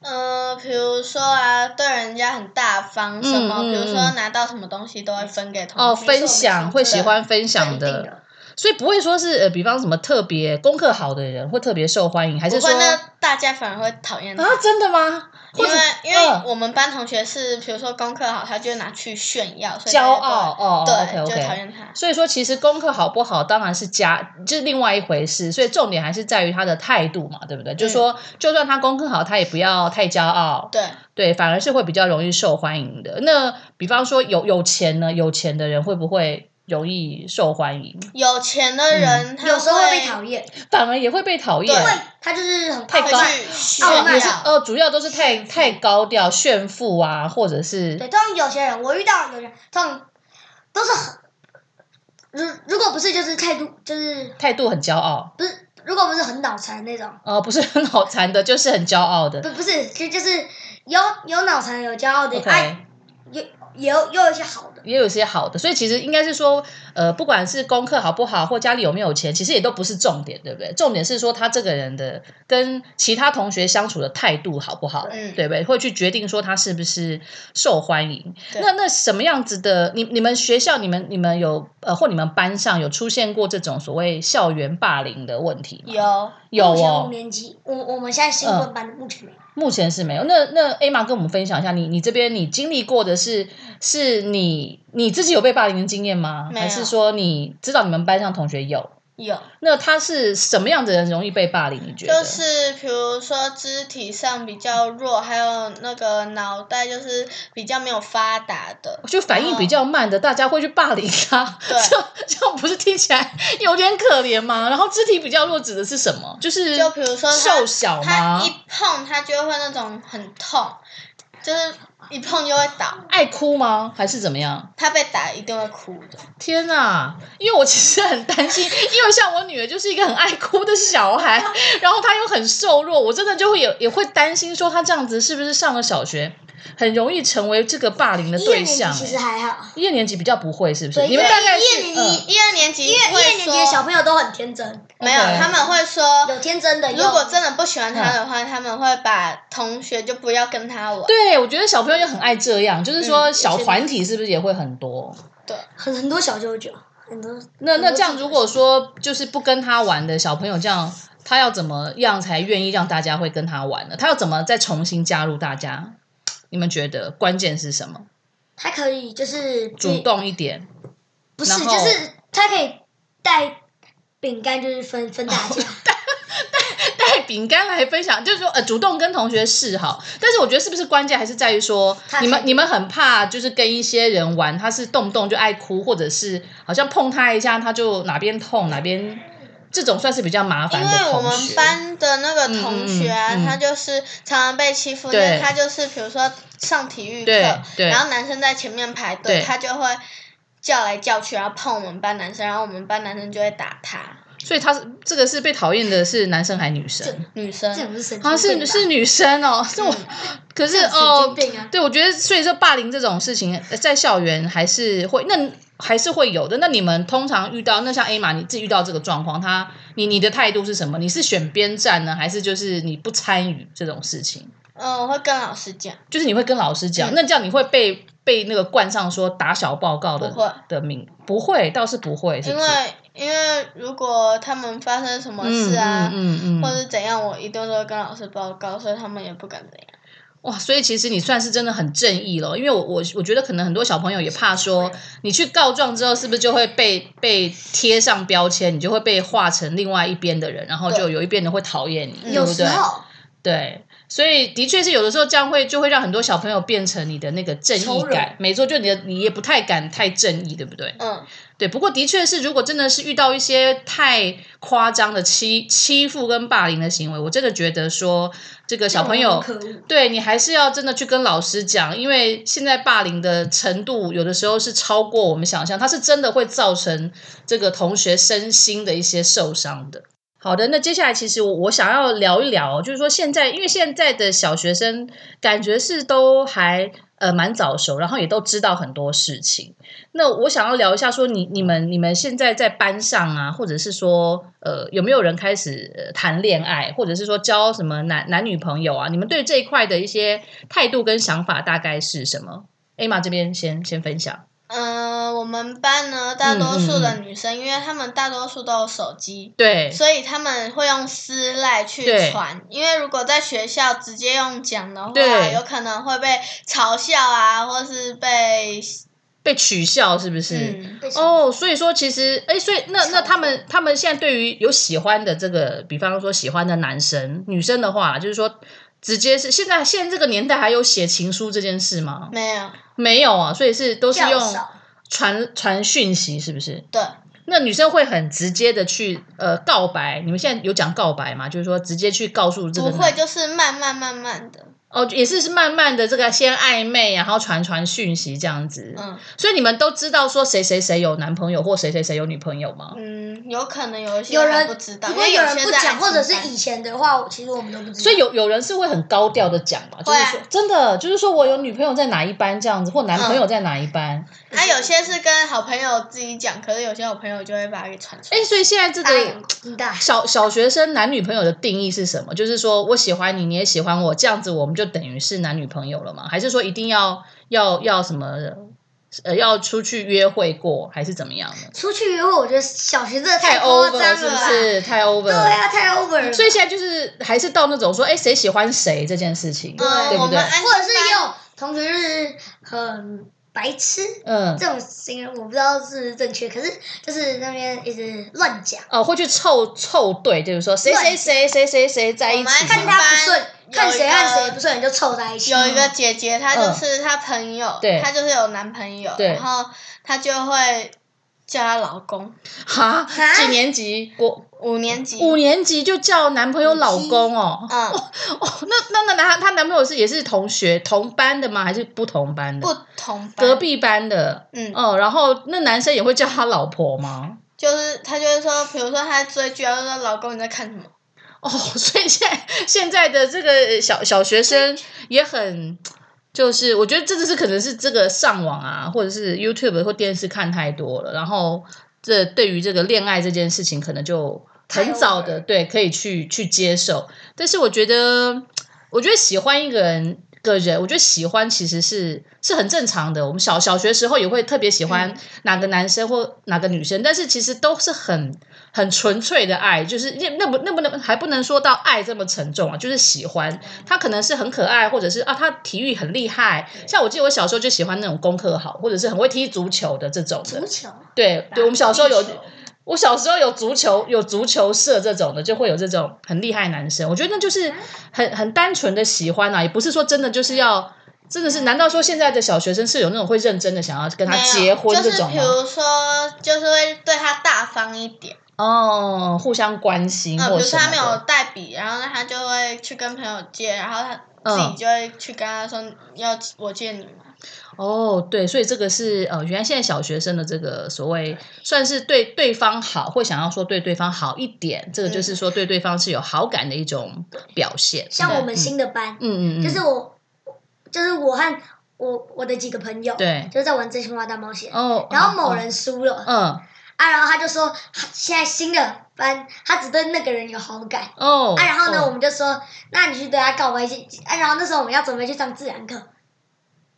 [SPEAKER 2] 呃，比如说啊，对人家很大方，什么，
[SPEAKER 1] 嗯嗯
[SPEAKER 2] 比如说拿到什么东西都会分给同学。
[SPEAKER 1] 哦，分享
[SPEAKER 3] 没错
[SPEAKER 1] 会喜欢分
[SPEAKER 3] 这一
[SPEAKER 1] 享
[SPEAKER 3] 定
[SPEAKER 1] 的，
[SPEAKER 3] 的，
[SPEAKER 1] 所以不会说是呃，比方什么特别功课好的人会特别受欢迎，还是
[SPEAKER 2] 不
[SPEAKER 1] 说
[SPEAKER 2] 会，那大家反而会讨厌他
[SPEAKER 1] 啊，，真的吗？
[SPEAKER 2] 因
[SPEAKER 1] 或
[SPEAKER 2] 为
[SPEAKER 1] 者
[SPEAKER 2] 因为
[SPEAKER 1] 嗯
[SPEAKER 2] 我们班同学是，比如说功课好，他就会拿去炫耀，所以
[SPEAKER 1] 骄
[SPEAKER 2] 大家都
[SPEAKER 1] 傲哦，
[SPEAKER 2] 对
[SPEAKER 1] o k
[SPEAKER 2] 就会讨
[SPEAKER 1] OK。
[SPEAKER 2] 厌他。
[SPEAKER 1] 所以说，其实功课好不好，当然是加，就是另外一回事。所以重点还是在于他的态度嘛，对不对？就是说，就算他功课好，他也不要太骄傲，
[SPEAKER 2] 对，
[SPEAKER 1] 对，反而是会比较容易受欢迎的。那比方说有有钱呢，有钱的人会不会容易受欢迎？
[SPEAKER 2] 有钱的人他
[SPEAKER 3] 有时候会
[SPEAKER 2] 会
[SPEAKER 3] 被讨厌，
[SPEAKER 1] 反而也会被讨厌
[SPEAKER 2] 对，
[SPEAKER 3] 因为他就是很
[SPEAKER 1] 嗯太
[SPEAKER 3] 傲
[SPEAKER 1] 高
[SPEAKER 3] 慢
[SPEAKER 2] 去
[SPEAKER 3] 傲
[SPEAKER 2] 炫
[SPEAKER 3] 慢
[SPEAKER 1] 也是
[SPEAKER 2] 耀，
[SPEAKER 1] 哦，主要都是太太高调炫富啊，或者是
[SPEAKER 3] 对，通常有些人我遇到有人，他们都是很，如如果不是就是态度就是
[SPEAKER 1] 态度很骄傲，
[SPEAKER 3] 不是，如果不是很脑残那种，
[SPEAKER 1] 呃，不是很脑残的，就是很骄傲的。
[SPEAKER 3] 不不是就就是有有脑残有骄傲的，
[SPEAKER 1] OK，、
[SPEAKER 3] 哎、有也有也有一些好的，
[SPEAKER 1] 也有一些好的，所以其实应该是说，呃，不管是功课好不好，或家里有没有钱，其实也都不是重点，对不对？重点是说他这个人的跟其他同学相处的态度好不好，
[SPEAKER 2] 嗯
[SPEAKER 1] 对不对？会去决定说他是不是受欢迎。
[SPEAKER 2] 对
[SPEAKER 1] 那那什么样子的？你你们学校、你们你们有呃，或你们班上有出现过这种所谓校园霸凌的问题吗？
[SPEAKER 2] 有
[SPEAKER 1] 有
[SPEAKER 3] 目前五
[SPEAKER 1] 哦，嗯
[SPEAKER 3] 年级，我我们现在新闻班的目前没有。
[SPEAKER 1] 目前是没有。那那 A 玛跟我们分享一下，你你这边你经历过的是，是你你自己有被霸凌的经验吗？
[SPEAKER 2] 没有
[SPEAKER 1] 还是说你知道你们班上同学有？
[SPEAKER 2] 有，
[SPEAKER 1] 那他是什么样的人容易被霸凌？你觉得？
[SPEAKER 2] 就是比如说肢体上比较弱，还有那个脑袋就是比较没有发达的，
[SPEAKER 1] 就反应比较慢的，大家会去霸凌他，
[SPEAKER 2] 对
[SPEAKER 1] 这这样不是听起来有点可怜吗？然后肢体比较弱指的是什么？就是
[SPEAKER 2] 就比如说他
[SPEAKER 1] 瘦小
[SPEAKER 2] 他
[SPEAKER 1] 吗
[SPEAKER 2] 一？碰他就会那种很痛，就是一碰就会倒，
[SPEAKER 1] 爱哭吗？还是怎么样？
[SPEAKER 2] 他被打一定会哭的。
[SPEAKER 1] 天呐！因为我其实很担心， 因为像我女儿就是一个很爱哭的小 孩，然后她又很瘦弱，我真的就会也也会担心说她这样子是不是上了小学，很容易成为这个霸凌的
[SPEAKER 3] 一二
[SPEAKER 1] 对
[SPEAKER 3] 年级
[SPEAKER 1] 象、
[SPEAKER 3] 其实
[SPEAKER 1] 欸。
[SPEAKER 3] 还好，
[SPEAKER 1] 一二年级比较不会，是不是？
[SPEAKER 3] 对
[SPEAKER 1] 你们大概
[SPEAKER 3] 一
[SPEAKER 1] 是
[SPEAKER 3] 二年级
[SPEAKER 1] 嗯
[SPEAKER 2] 一二年级
[SPEAKER 3] 因为一二
[SPEAKER 2] 会
[SPEAKER 3] 年级的小
[SPEAKER 2] 说
[SPEAKER 3] 朋友都很天真，
[SPEAKER 2] 没有，
[SPEAKER 1] OK
[SPEAKER 2] 他们会说，
[SPEAKER 3] 有天真的。有
[SPEAKER 2] 如果真的不喜欢他的话，他们会把同学就不要跟他玩。
[SPEAKER 1] 嗯对，我觉得小朋友就很爱这样，就是说
[SPEAKER 2] 嗯
[SPEAKER 1] 小团体是不是也会很多？
[SPEAKER 2] 对，
[SPEAKER 3] 很很多小舅舅，很多
[SPEAKER 1] 那那
[SPEAKER 3] 很多
[SPEAKER 1] 这样，如果说就是不跟他玩的小朋友，这样他要怎么样才愿意让大家会跟他玩呢？他要怎么再重新加入大家？你们觉得关键是什么？
[SPEAKER 3] 他可以就是
[SPEAKER 1] 主动一点，
[SPEAKER 3] 不
[SPEAKER 1] 然
[SPEAKER 3] 是，
[SPEAKER 1] 后
[SPEAKER 3] 就是他可以带饼干，就是分分大 家。
[SPEAKER 1] 带饼干来分享，就是说呃，主动跟同学示好。但是我觉得是不是关键还是在于说，
[SPEAKER 3] 他
[SPEAKER 1] 你们
[SPEAKER 3] 他
[SPEAKER 1] 你们很怕就是跟一些人玩，他是动不动就爱哭，或者是好像碰他一下他就哪边痛哪边，这种算是比较麻
[SPEAKER 2] 因
[SPEAKER 1] 烦的同学。
[SPEAKER 2] 为我们班的那个同学啊，
[SPEAKER 1] 嗯嗯嗯嗯
[SPEAKER 2] 他就是常常被欺负，
[SPEAKER 1] 对
[SPEAKER 2] 那他就是比如说上体育
[SPEAKER 1] 对
[SPEAKER 2] 课，
[SPEAKER 1] 对
[SPEAKER 2] 然后男生在前面排
[SPEAKER 1] 对
[SPEAKER 2] 队，他就会叫来叫去，然后碰我们班男生，然后我们班男生就会打他。
[SPEAKER 1] 所以他是这个是被讨厌的是男生还是女生？
[SPEAKER 2] 女生
[SPEAKER 3] 这也不是神经病吧
[SPEAKER 1] 啊，是是女生
[SPEAKER 2] 嗯
[SPEAKER 1] 哦，这我可是
[SPEAKER 3] 这很
[SPEAKER 1] 哦
[SPEAKER 3] 神经，病啊！
[SPEAKER 1] 对，我觉得所以说霸凌这种事情呃在校园还是会那还是会有的。那你们通常遇到那像 A 玛，你自己遇到这个状况，他你你的态度是什么？你是选边站呢，还是就是你不参与这种事情？
[SPEAKER 2] 嗯，我会跟老师讲，
[SPEAKER 1] 就是你会跟老师讲，
[SPEAKER 2] 嗯
[SPEAKER 1] 那这样你会被被那个冠上说打小报告的
[SPEAKER 2] 不会
[SPEAKER 1] 的名，不会，倒是不会，是
[SPEAKER 2] 因
[SPEAKER 1] 不是？
[SPEAKER 2] 为因为如果他们发生什么事啊，
[SPEAKER 1] 嗯嗯嗯
[SPEAKER 2] 或者是怎样，我一定都会跟老师报告，所以他们也不敢怎样。
[SPEAKER 1] 哇，所以其实你算是真的很正义了，因为我我我觉得可能很多小朋友也怕说，你去告状之后是不是就会被被贴上标签，你就会被划成另外一边的人，然后就
[SPEAKER 2] 对
[SPEAKER 1] 有一边人会讨厌你，对
[SPEAKER 3] 嗯有
[SPEAKER 1] 不对
[SPEAKER 3] 时？候
[SPEAKER 1] 对，所以的确是有的时候这样会就会让很多小朋友变成你的那个正义
[SPEAKER 3] 仇
[SPEAKER 1] 感
[SPEAKER 3] 人，
[SPEAKER 1] 没错，就你的你也不太敢太正义，对不对？
[SPEAKER 2] 嗯，
[SPEAKER 1] 对，不过的确是，如果真的是遇到一些太夸张的欺欺负跟霸凌的行为，我真的觉得说这个小朋友
[SPEAKER 3] 很可恶，
[SPEAKER 1] 对你还是要真的去跟老师讲，因为现在霸凌的程度有的时候是超过我们想象，它是真的会造成这个同学身心的一些受伤的。好的，那接下来其实我我想要聊一聊，哦就是说现在，因为现在的小学生感觉是都还呃蛮早熟，然后也都知道很多事情。那我想要聊一下，说你你们你们现在在班上啊，或者是说呃有没有人开始、呃谈恋爱，或者是说交什么男男女朋友啊？你们对这一块的一些态度跟想法大概是什么？艾玛这边先先分享，
[SPEAKER 2] 嗯、我们班呢，大多数
[SPEAKER 1] 嗯
[SPEAKER 2] 的女生，因为她们大多数都有手机，
[SPEAKER 1] 对，
[SPEAKER 2] 所以她们会用私赖去
[SPEAKER 1] 对
[SPEAKER 2] 传。因为如果在学校直接用讲的话，
[SPEAKER 1] 对
[SPEAKER 2] 有可能会被嘲笑啊，或是被
[SPEAKER 1] 被取笑是不是？
[SPEAKER 2] 嗯，
[SPEAKER 3] 对
[SPEAKER 1] 哦，所以说其实，哎，所以那那
[SPEAKER 3] 嘲讽
[SPEAKER 1] 他们他们现在对于有喜欢的这个，比方说喜欢的男生、女生的话，就是说直接是现在现在这个年代还有写情书这件事吗？
[SPEAKER 2] 没有
[SPEAKER 1] 没有啊，所以是都是
[SPEAKER 3] 较
[SPEAKER 1] 用
[SPEAKER 3] 少，
[SPEAKER 1] 传传讯息，是不是？
[SPEAKER 2] 对。
[SPEAKER 1] 那女生会很直接的去呃告白，你们现在有讲告白吗？就是说直接去告诉这个
[SPEAKER 2] 不
[SPEAKER 1] 男
[SPEAKER 2] 会，就是慢慢慢慢的，
[SPEAKER 1] 哦，也是是慢慢的这个先暧昧，然后传传讯息这样子。
[SPEAKER 2] 嗯
[SPEAKER 1] 所以你们都知道说谁谁谁有男朋友或谁谁谁有女朋友吗？
[SPEAKER 2] 嗯，有可能有一些
[SPEAKER 3] 有
[SPEAKER 2] 还
[SPEAKER 3] 人
[SPEAKER 2] 不知道，
[SPEAKER 3] 如果
[SPEAKER 2] 因为
[SPEAKER 3] 有
[SPEAKER 2] 有
[SPEAKER 3] 人
[SPEAKER 2] 些
[SPEAKER 3] 不
[SPEAKER 2] 在
[SPEAKER 3] 讲，
[SPEAKER 2] 安
[SPEAKER 3] 或者是
[SPEAKER 2] 亲班
[SPEAKER 3] 以前的话，其实我们都不知道。
[SPEAKER 1] 所以有有人是会很高调的讲嘛，就是
[SPEAKER 2] 会
[SPEAKER 1] 说
[SPEAKER 2] 啊
[SPEAKER 1] 真的，就是说我有女朋友在哪一班这样子，或男朋友在哪一班。
[SPEAKER 2] 啊，有些是跟好朋友自己讲，可是有些好朋友就会把它给传出
[SPEAKER 1] 哎、
[SPEAKER 2] 来。
[SPEAKER 1] 所以现在这
[SPEAKER 3] 大
[SPEAKER 1] 个
[SPEAKER 2] 啊
[SPEAKER 3] 眼睛大，
[SPEAKER 1] 小小学生男女朋友的定义是什么？就是说我喜欢你，你也喜欢我，这样子我们就等于是男女朋友了吗？还是说一定要要要什么呃要出去约会过，还是怎么样呢？
[SPEAKER 3] 出去约会，我觉得小学这个
[SPEAKER 1] 太
[SPEAKER 3] 夸
[SPEAKER 1] over
[SPEAKER 3] 张
[SPEAKER 1] 了，是
[SPEAKER 3] 了
[SPEAKER 1] 不
[SPEAKER 3] 吧？
[SPEAKER 1] 是？太 over
[SPEAKER 3] 对
[SPEAKER 1] 了。
[SPEAKER 3] 啊，太 over 了。
[SPEAKER 1] 所以现在就是还是到那种说，哎，谁喜欢谁这件事情，
[SPEAKER 2] 嗯
[SPEAKER 1] 对不
[SPEAKER 2] 我
[SPEAKER 1] 对
[SPEAKER 2] 们？安
[SPEAKER 3] 或者是
[SPEAKER 2] 亲班
[SPEAKER 3] 也有同学就是很白痴
[SPEAKER 1] 嗯，
[SPEAKER 3] 这种形容，我不知道是不是正确，可是就是那边一直乱讲，
[SPEAKER 1] 哦，会去凑凑对，就是说谁谁谁谁谁谁在一
[SPEAKER 2] 我们安
[SPEAKER 1] 起
[SPEAKER 2] 亲
[SPEAKER 3] 看
[SPEAKER 2] 班
[SPEAKER 1] 嘛，
[SPEAKER 3] 他不顺，
[SPEAKER 2] 有
[SPEAKER 3] 看谁
[SPEAKER 2] 一个
[SPEAKER 3] 和谁不顺眼就凑在一起。
[SPEAKER 2] 有一个姐姐，她就
[SPEAKER 1] 嗯
[SPEAKER 2] 是她朋友，
[SPEAKER 1] 对
[SPEAKER 2] 她就是有男朋友，
[SPEAKER 1] 对
[SPEAKER 2] 然后她就会叫她老公，
[SPEAKER 1] 哈，
[SPEAKER 3] 哈
[SPEAKER 1] 几年级？我
[SPEAKER 2] 五年级，
[SPEAKER 1] 五年级就叫男朋友老公哦，
[SPEAKER 2] 嗯，
[SPEAKER 1] 哦，那那那男她男朋友是也是同学同班的吗？还是不同班的？
[SPEAKER 2] 不同班
[SPEAKER 1] 隔，壁班的。
[SPEAKER 2] 嗯，
[SPEAKER 1] 哦，然后那男生也会叫他老婆吗？
[SPEAKER 2] 就是她就会说，比如说她在追剧，她就说老公你在看什么？
[SPEAKER 1] 哦， 所以现在现在的这个小小学生也很，就是我觉得这就是可能是这个上网啊，或者是 YouTube 或电视看太多了，然后这对于这个恋爱这件事情，可能就很早
[SPEAKER 3] 太 over
[SPEAKER 1] 的
[SPEAKER 3] 了
[SPEAKER 1] 对可以去去接受。但是我觉得，我觉得喜欢一个人。个人，我觉得喜欢其实是是很正常的。我们小小学时候也会特别喜
[SPEAKER 3] 嗯
[SPEAKER 1] 欢哪个男生或哪个女生，但是其实都是很很纯粹的爱，就是那那不那不能还不能说到爱这么沉重啊，就是喜欢他可能是很可爱，或者是啊他体育很厉害，像我记得我小时候就喜欢那种功课好，或者是很会踢足球的这种
[SPEAKER 3] 足
[SPEAKER 1] 的。
[SPEAKER 3] 球，
[SPEAKER 1] 对对，我们小时候有我小时候有足球有足球社这种的，就会有这种很厉害的男生，我觉得那
[SPEAKER 2] 嗯
[SPEAKER 1] 就是很很单纯的喜欢啊，也不是说真的就是
[SPEAKER 2] 嗯
[SPEAKER 1] 要。真的是？难道说现在的小学生是有那种会认真的想要跟他
[SPEAKER 2] 没有
[SPEAKER 1] 结婚
[SPEAKER 2] 就
[SPEAKER 1] 这
[SPEAKER 2] 是
[SPEAKER 1] 种
[SPEAKER 2] 比
[SPEAKER 1] 吗？
[SPEAKER 2] 如说，就是会对她大方一点。
[SPEAKER 1] 哦，互相关心
[SPEAKER 2] 嗯，
[SPEAKER 1] 或
[SPEAKER 2] 比如
[SPEAKER 1] 什
[SPEAKER 2] 说他
[SPEAKER 1] 么
[SPEAKER 2] 没有
[SPEAKER 1] 的。
[SPEAKER 2] 带笔，然后他就会去跟朋友借，然后他
[SPEAKER 1] 嗯
[SPEAKER 2] 自己就会去跟他说、要我借你嘛。
[SPEAKER 1] 哦，对，所以这个是呃，原来现在小学生的这个所谓算是对对方好，会想要说对对方好一点，这个
[SPEAKER 2] 嗯
[SPEAKER 1] 就是说对对方是有好感的一种表现。
[SPEAKER 3] 像
[SPEAKER 1] 对
[SPEAKER 3] 我们新的班，
[SPEAKER 1] 嗯嗯嗯，
[SPEAKER 3] 就是我，就是我和我我的几个朋友，
[SPEAKER 1] 对
[SPEAKER 3] 就是在玩真心话大冒险，
[SPEAKER 1] 哦，
[SPEAKER 3] 然后某
[SPEAKER 1] 哦
[SPEAKER 3] 人输了，
[SPEAKER 1] 嗯
[SPEAKER 3] 啊，然后他就说他现在新的班，他只对那个人有好感。
[SPEAKER 1] 哦，
[SPEAKER 3] 啊，然后呢，
[SPEAKER 1] 哦
[SPEAKER 3] 我们就说，那你去对他告白去。啊，然后那时候我们要准备去上自然课，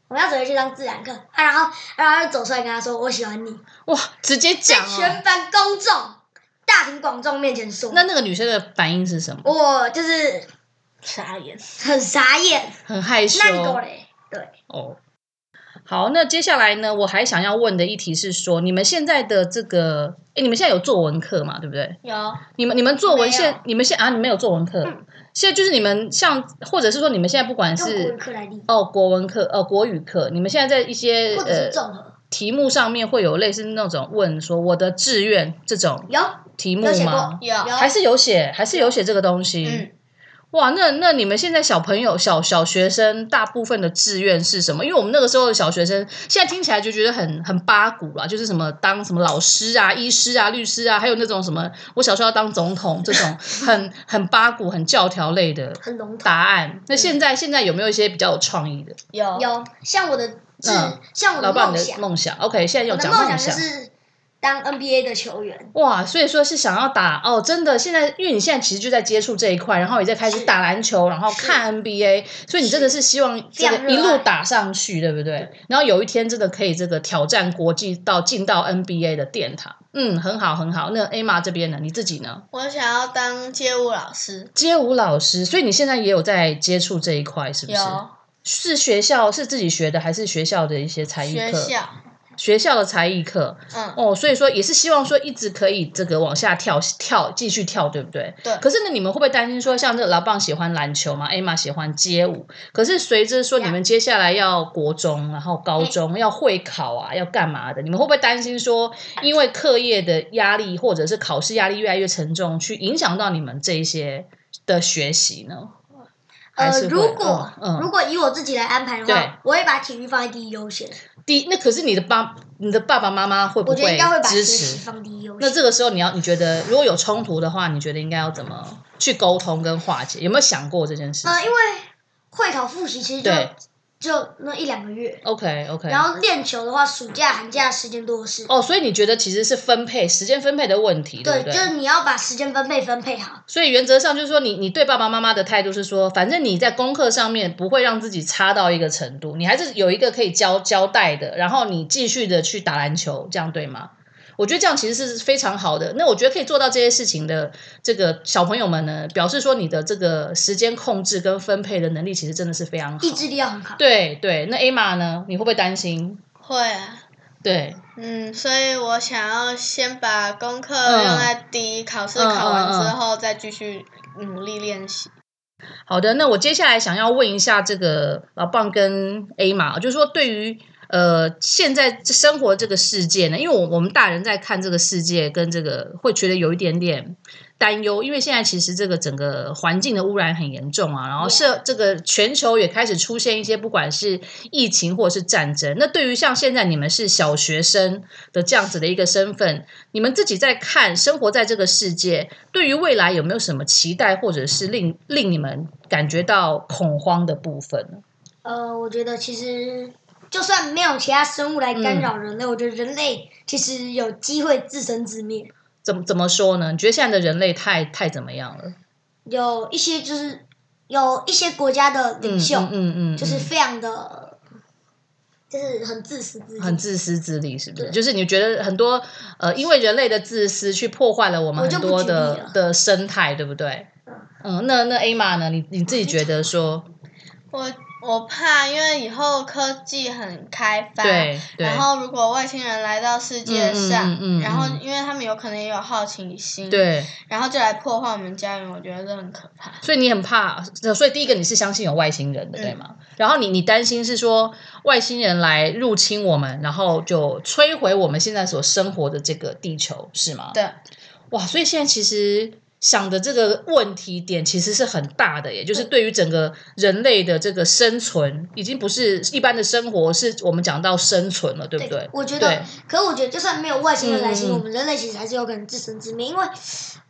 [SPEAKER 3] 我们要准备去上自然课。啊，然后，然后他就走出来跟他说：“我喜欢你。
[SPEAKER 1] 哇，直接”
[SPEAKER 3] 在
[SPEAKER 1] 讲哦。
[SPEAKER 3] 全班公众、大庭广众面前说，
[SPEAKER 1] 那那个女生的反应是什么？
[SPEAKER 3] 我就是
[SPEAKER 2] 傻眼。
[SPEAKER 3] 很傻眼。
[SPEAKER 1] 很害羞。
[SPEAKER 3] 那你够嘞？对，
[SPEAKER 1] 哦，好，那接下来呢，我还想要问的一题是说，你们现在的这个，哎，你们现在有作文课嘛？对不对？
[SPEAKER 2] 有，
[SPEAKER 1] 你们你们作文
[SPEAKER 2] 没
[SPEAKER 1] 现
[SPEAKER 2] 有
[SPEAKER 1] 你们现啊，你们有作文课，现在就是你们像，或者是说你们现在不管
[SPEAKER 3] 嗯用国
[SPEAKER 1] 是
[SPEAKER 3] 语课来理，
[SPEAKER 1] 哦国文课呃国语课，你们现在在一些
[SPEAKER 3] 或者
[SPEAKER 1] 呃
[SPEAKER 3] 是综合。
[SPEAKER 1] 题目上面会有类似那种问说我的志愿这种
[SPEAKER 3] 有
[SPEAKER 1] 题目
[SPEAKER 3] 有写过
[SPEAKER 1] 吗？？
[SPEAKER 2] 有
[SPEAKER 1] 还是有写，还是有写这个东西？
[SPEAKER 2] 嗯，
[SPEAKER 1] 哇，那那你们现在小朋友、小小学生大部分的志愿是什么？因为我们那个时候的小学生，现在听起来就觉得很很八股啦，就是什么当什么老师啊、医师啊、律师啊，还有那种什么我小时候要当总统这种很很八股、很教条类的
[SPEAKER 3] 很笼统。
[SPEAKER 1] 答案。那现在现在有没有一些比较有创意的？
[SPEAKER 2] 有，
[SPEAKER 3] 有像我的志
[SPEAKER 1] 嗯，
[SPEAKER 3] 像我
[SPEAKER 1] 老
[SPEAKER 3] 的
[SPEAKER 1] 爸，
[SPEAKER 3] 梦
[SPEAKER 1] 你的
[SPEAKER 3] 想，
[SPEAKER 1] 梦想，OK，现在有
[SPEAKER 3] 我的
[SPEAKER 1] 讲
[SPEAKER 3] 梦
[SPEAKER 1] 梦
[SPEAKER 3] 想就是当 NBA 的球员。
[SPEAKER 1] 哇，所以说是想要打哦，真的，现在因为你现在其实就在接触这一块，然后也在开始
[SPEAKER 3] 是
[SPEAKER 1] 打篮球，然后
[SPEAKER 3] 是
[SPEAKER 1] 看 NBA，所以你真的是希望这
[SPEAKER 3] 非
[SPEAKER 1] 个
[SPEAKER 3] 常
[SPEAKER 1] 一
[SPEAKER 3] 热
[SPEAKER 1] 路
[SPEAKER 3] 爱
[SPEAKER 1] 打上去，对不对？然后有一天真的可以这个挑战国际到进到 NBA 的殿堂，嗯，很好很好。那 Emma 这边呢，你自己呢？
[SPEAKER 2] 我想要当街舞老师，
[SPEAKER 1] 街舞老师，所以你现在也有在接触这一块，是不是？
[SPEAKER 2] 有
[SPEAKER 1] 是学校是自己学的，还是学校的一些才艺
[SPEAKER 2] 学
[SPEAKER 1] 课？
[SPEAKER 2] 校，
[SPEAKER 1] 学校的才艺课
[SPEAKER 2] 嗯，
[SPEAKER 1] 哦，所以说也是希望说一直可以这个往下跳跳，继续跳，对不对？
[SPEAKER 2] 对
[SPEAKER 1] 可是呢，你们会不会担心说，像这个老棒喜欢篮球嘛，Emma 喜欢街舞，可是随着说
[SPEAKER 3] Yeah
[SPEAKER 1] 你们接下来要国中，然后高中要会考啊，要干嘛的？你们会不会担心说，
[SPEAKER 3] 哎
[SPEAKER 1] 因为课业的压力或者是考试压力越来越沉重，去影响到你们这一些的学习呢？还
[SPEAKER 3] 呃
[SPEAKER 1] 是，会
[SPEAKER 3] 如果、
[SPEAKER 1] 嗯嗯
[SPEAKER 3] 如果以我自己来安排的
[SPEAKER 1] 对
[SPEAKER 3] 话，我会把体育放在第一优先，
[SPEAKER 1] 第一那可是你的爸，你的爸爸妈妈会不
[SPEAKER 3] 我觉得应该会把学
[SPEAKER 1] 支
[SPEAKER 3] 习
[SPEAKER 1] 持？
[SPEAKER 3] 放第一优
[SPEAKER 1] 那
[SPEAKER 3] 先。
[SPEAKER 1] 这个时候你要，你觉得如果有冲突的话，你觉得应该要怎么去沟通跟化解？有没有想过这件事情？
[SPEAKER 3] 呃，因为会考复习其实就
[SPEAKER 1] 对
[SPEAKER 3] 就那一两个月，
[SPEAKER 1] OK OK。
[SPEAKER 3] 然后练球的话，暑假寒假时间多的是。
[SPEAKER 1] 哦，所以你觉得其实是分配时间分配的问题，对
[SPEAKER 3] 对，
[SPEAKER 1] 不
[SPEAKER 3] 就是
[SPEAKER 1] 对？
[SPEAKER 3] 你要把时间分配分配好。
[SPEAKER 1] 所以原则上就是说你，你对爸爸妈妈的态度是说，反正你在功课上面不会让自己差到一个程度，你还是有一个可以交交代的，然后你继续的去打篮球，这样对吗？我觉得这样其实是非常好的。那我觉得可以做到这些事情的这个小朋友们呢，表示说你的这个时间控制跟分配的能力，其实真的是非常好。
[SPEAKER 3] 意志力要很好。
[SPEAKER 1] 对对，那 Emma 呢？你会不会担心？
[SPEAKER 2] 会啊，
[SPEAKER 1] 对，
[SPEAKER 2] 嗯，所以我想要先把功课
[SPEAKER 1] 嗯
[SPEAKER 2] 用在第一，考试
[SPEAKER 1] 嗯
[SPEAKER 2] 考完
[SPEAKER 1] 嗯嗯
[SPEAKER 2] 之后再继续努力练习。
[SPEAKER 1] 好的，那我接下来想要问一下这个老棒跟 A 嘛，就是说对于呃现在这生活这个世界呢，因为我我们大人在看这个世界跟这个会觉得有一点点担忧，因为现在其实这个整个环境的污染很严重啊，然后社这个全球也开始出现一些不管是疫情或者是战争。那对于像现在你们是小学生的这样子的一个身份，你们自己在看生活在这个世界，对于未来有没有什么期待，或者是令令你们感觉到恐慌的部分呢？
[SPEAKER 3] 呃，我觉得其实就算没有其他生物来干扰人
[SPEAKER 1] 嗯
[SPEAKER 3] 类，我觉得人类其实有机会自生自灭。
[SPEAKER 1] 怎么怎么说呢？你觉得现在的人类太太怎么样了？
[SPEAKER 3] 有一些就是有一些国家的领袖，
[SPEAKER 1] 嗯嗯嗯，嗯
[SPEAKER 3] 就是非常的，就是很自私自利。
[SPEAKER 1] 很自私自利，是不是？
[SPEAKER 3] 对
[SPEAKER 1] 就是你觉得很多呃，因为人类的自私去破坏了我们
[SPEAKER 3] 我就
[SPEAKER 1] 很
[SPEAKER 3] 不
[SPEAKER 1] 多
[SPEAKER 3] 举例
[SPEAKER 1] 的
[SPEAKER 3] 了
[SPEAKER 1] 的生态，对不对？嗯，那那 A 玛呢？你你自己觉得说，
[SPEAKER 2] 我我怕，因为以后科技很开发，
[SPEAKER 1] 对对，
[SPEAKER 2] 然后如果外星人来到世界
[SPEAKER 1] 嗯
[SPEAKER 2] 上，
[SPEAKER 1] 嗯嗯嗯
[SPEAKER 2] 然后
[SPEAKER 1] 嗯
[SPEAKER 2] 因为他们有可能也有好奇心，，
[SPEAKER 1] 对，
[SPEAKER 2] 然后就来破坏我们家园，我觉得这很可怕。
[SPEAKER 1] 所以你很怕，呃所以第一个你是相信有外星人的，
[SPEAKER 2] 嗯
[SPEAKER 1] 对吗？然后你你担心是说外星人来入侵我们，然后就摧毁我们现在所生活的这个地球，是吗？
[SPEAKER 2] 对，
[SPEAKER 1] 哇，所以现在其实想的这个问题点其实是很大的耶，
[SPEAKER 3] 嗯
[SPEAKER 1] 就是对于整个人类的这个生存，已经不是一般的生活，是我们讲到生存了，对不对？
[SPEAKER 3] 我觉
[SPEAKER 1] 对
[SPEAKER 3] 得，可我觉得就算没有外星人来
[SPEAKER 1] 嗯
[SPEAKER 3] 袭，
[SPEAKER 1] 嗯嗯
[SPEAKER 3] 我们人类其实还是有可能自生自灭，因为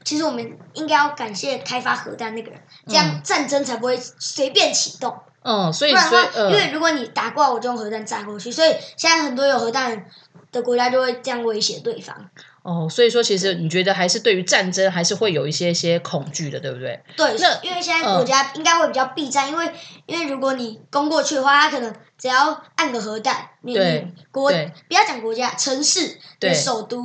[SPEAKER 3] 其实我们应该要感谢开发核弹那个人，这样战争才不会随便启动。
[SPEAKER 1] 嗯，所以
[SPEAKER 3] 不然
[SPEAKER 1] 所以
[SPEAKER 3] 的话，
[SPEAKER 1] 呃
[SPEAKER 3] 因为如果你打过来，我就用核弹炸过去，所以现在很多有核弹的国家就会这样威胁对方。
[SPEAKER 1] 哦，所以说其实你觉得还是对于战争还是会有一些些恐惧的，对不对？
[SPEAKER 3] 对
[SPEAKER 1] 那，嗯
[SPEAKER 3] 因为现在国家应该会比较避战，因为因为如果你攻过去的话，他可能只要按个核弹，你
[SPEAKER 1] 对
[SPEAKER 3] 你国
[SPEAKER 1] 对
[SPEAKER 3] 不要讲国家，城市
[SPEAKER 1] 对
[SPEAKER 3] 你首都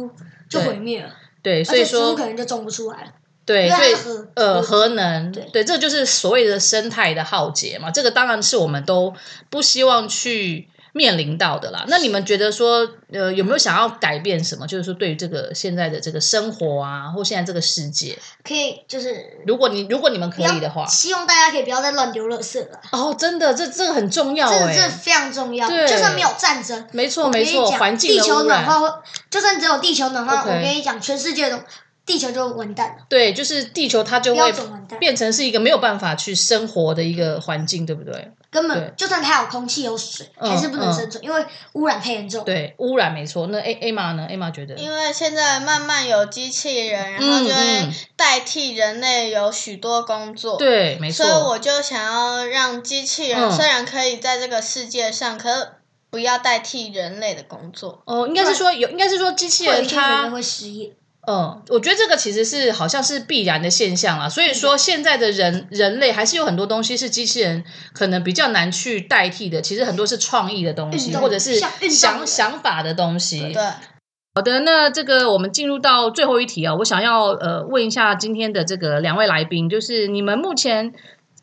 [SPEAKER 3] 就
[SPEAKER 1] 对
[SPEAKER 3] 毁灭了，
[SPEAKER 1] 对，
[SPEAKER 3] 而
[SPEAKER 1] 所以
[SPEAKER 3] 且植
[SPEAKER 1] 说
[SPEAKER 3] 物可能就种不出来了。
[SPEAKER 1] 对，
[SPEAKER 3] 因为
[SPEAKER 1] 所
[SPEAKER 3] 它
[SPEAKER 1] 以
[SPEAKER 3] 是核
[SPEAKER 1] 呃，
[SPEAKER 3] 核
[SPEAKER 1] 核能
[SPEAKER 3] 嗯对
[SPEAKER 1] 对，这就是所谓的生态的浩劫嘛。这个当然是我们都不希望去面临到的啦。那你们觉得说，呃，有没有想要改变什么？就是说，对于这个现在的这个生活啊，或现在这个世界，
[SPEAKER 3] 可以就是
[SPEAKER 1] 如果你如果你们
[SPEAKER 3] 不
[SPEAKER 1] 可
[SPEAKER 3] 要
[SPEAKER 1] 以的话，
[SPEAKER 3] 希望大家可以不要再乱丢垃圾了，
[SPEAKER 1] 哦，真的，这这个很重要
[SPEAKER 3] 这
[SPEAKER 1] 哎、
[SPEAKER 3] 个这非常重要。
[SPEAKER 1] 对
[SPEAKER 3] 就算没有战争，
[SPEAKER 1] 没错
[SPEAKER 3] 我跟
[SPEAKER 1] 没
[SPEAKER 3] 你
[SPEAKER 1] 错，
[SPEAKER 3] 讲
[SPEAKER 1] 环境
[SPEAKER 3] 地
[SPEAKER 1] 的
[SPEAKER 3] 球
[SPEAKER 1] 污
[SPEAKER 3] 暖
[SPEAKER 1] 染，
[SPEAKER 3] 化会，就算只有地球暖化
[SPEAKER 1] OK
[SPEAKER 3] 我跟你讲，全世界都地球就完蛋了。
[SPEAKER 1] 对，就是地球它就会
[SPEAKER 3] 标准完蛋
[SPEAKER 1] 变成是一个没有办法去生活的一个环境，对不对？
[SPEAKER 3] 根
[SPEAKER 1] 对
[SPEAKER 3] 本就算它有空气有水，
[SPEAKER 1] 嗯
[SPEAKER 3] 还是不能生存，因为污染太严重。
[SPEAKER 1] 对，污染没错。那 A A 玛呢？A 玛觉得，
[SPEAKER 2] 因为现在慢慢有机器人，然后
[SPEAKER 1] 嗯
[SPEAKER 2] 就会
[SPEAKER 1] 嗯
[SPEAKER 2] 代替人类有许多工作。。
[SPEAKER 1] 对，没错。
[SPEAKER 2] 所以我就想要让机器人
[SPEAKER 1] 嗯
[SPEAKER 2] 虽然可以在这个世界上，可是不要代替人类的工作。
[SPEAKER 1] 哦，应该是说有，应该是说机器
[SPEAKER 3] 会有
[SPEAKER 1] 人
[SPEAKER 3] 一些人类
[SPEAKER 1] 它，
[SPEAKER 3] 会失业。
[SPEAKER 1] 嗯，我觉得这个其实是好像是必然的现象啦。所以说现在的人人类还是有很多东西是机器人可能比较难去代替的，其实很多是创意的东西，
[SPEAKER 3] 运动
[SPEAKER 1] 或者是
[SPEAKER 3] 像运动
[SPEAKER 1] 想
[SPEAKER 3] 的
[SPEAKER 1] 想法的东西。
[SPEAKER 2] 对，
[SPEAKER 1] 好的，那这个我们进入到最后一题啊、我想要呃问一下今天的这个两位来宾，就是你们目前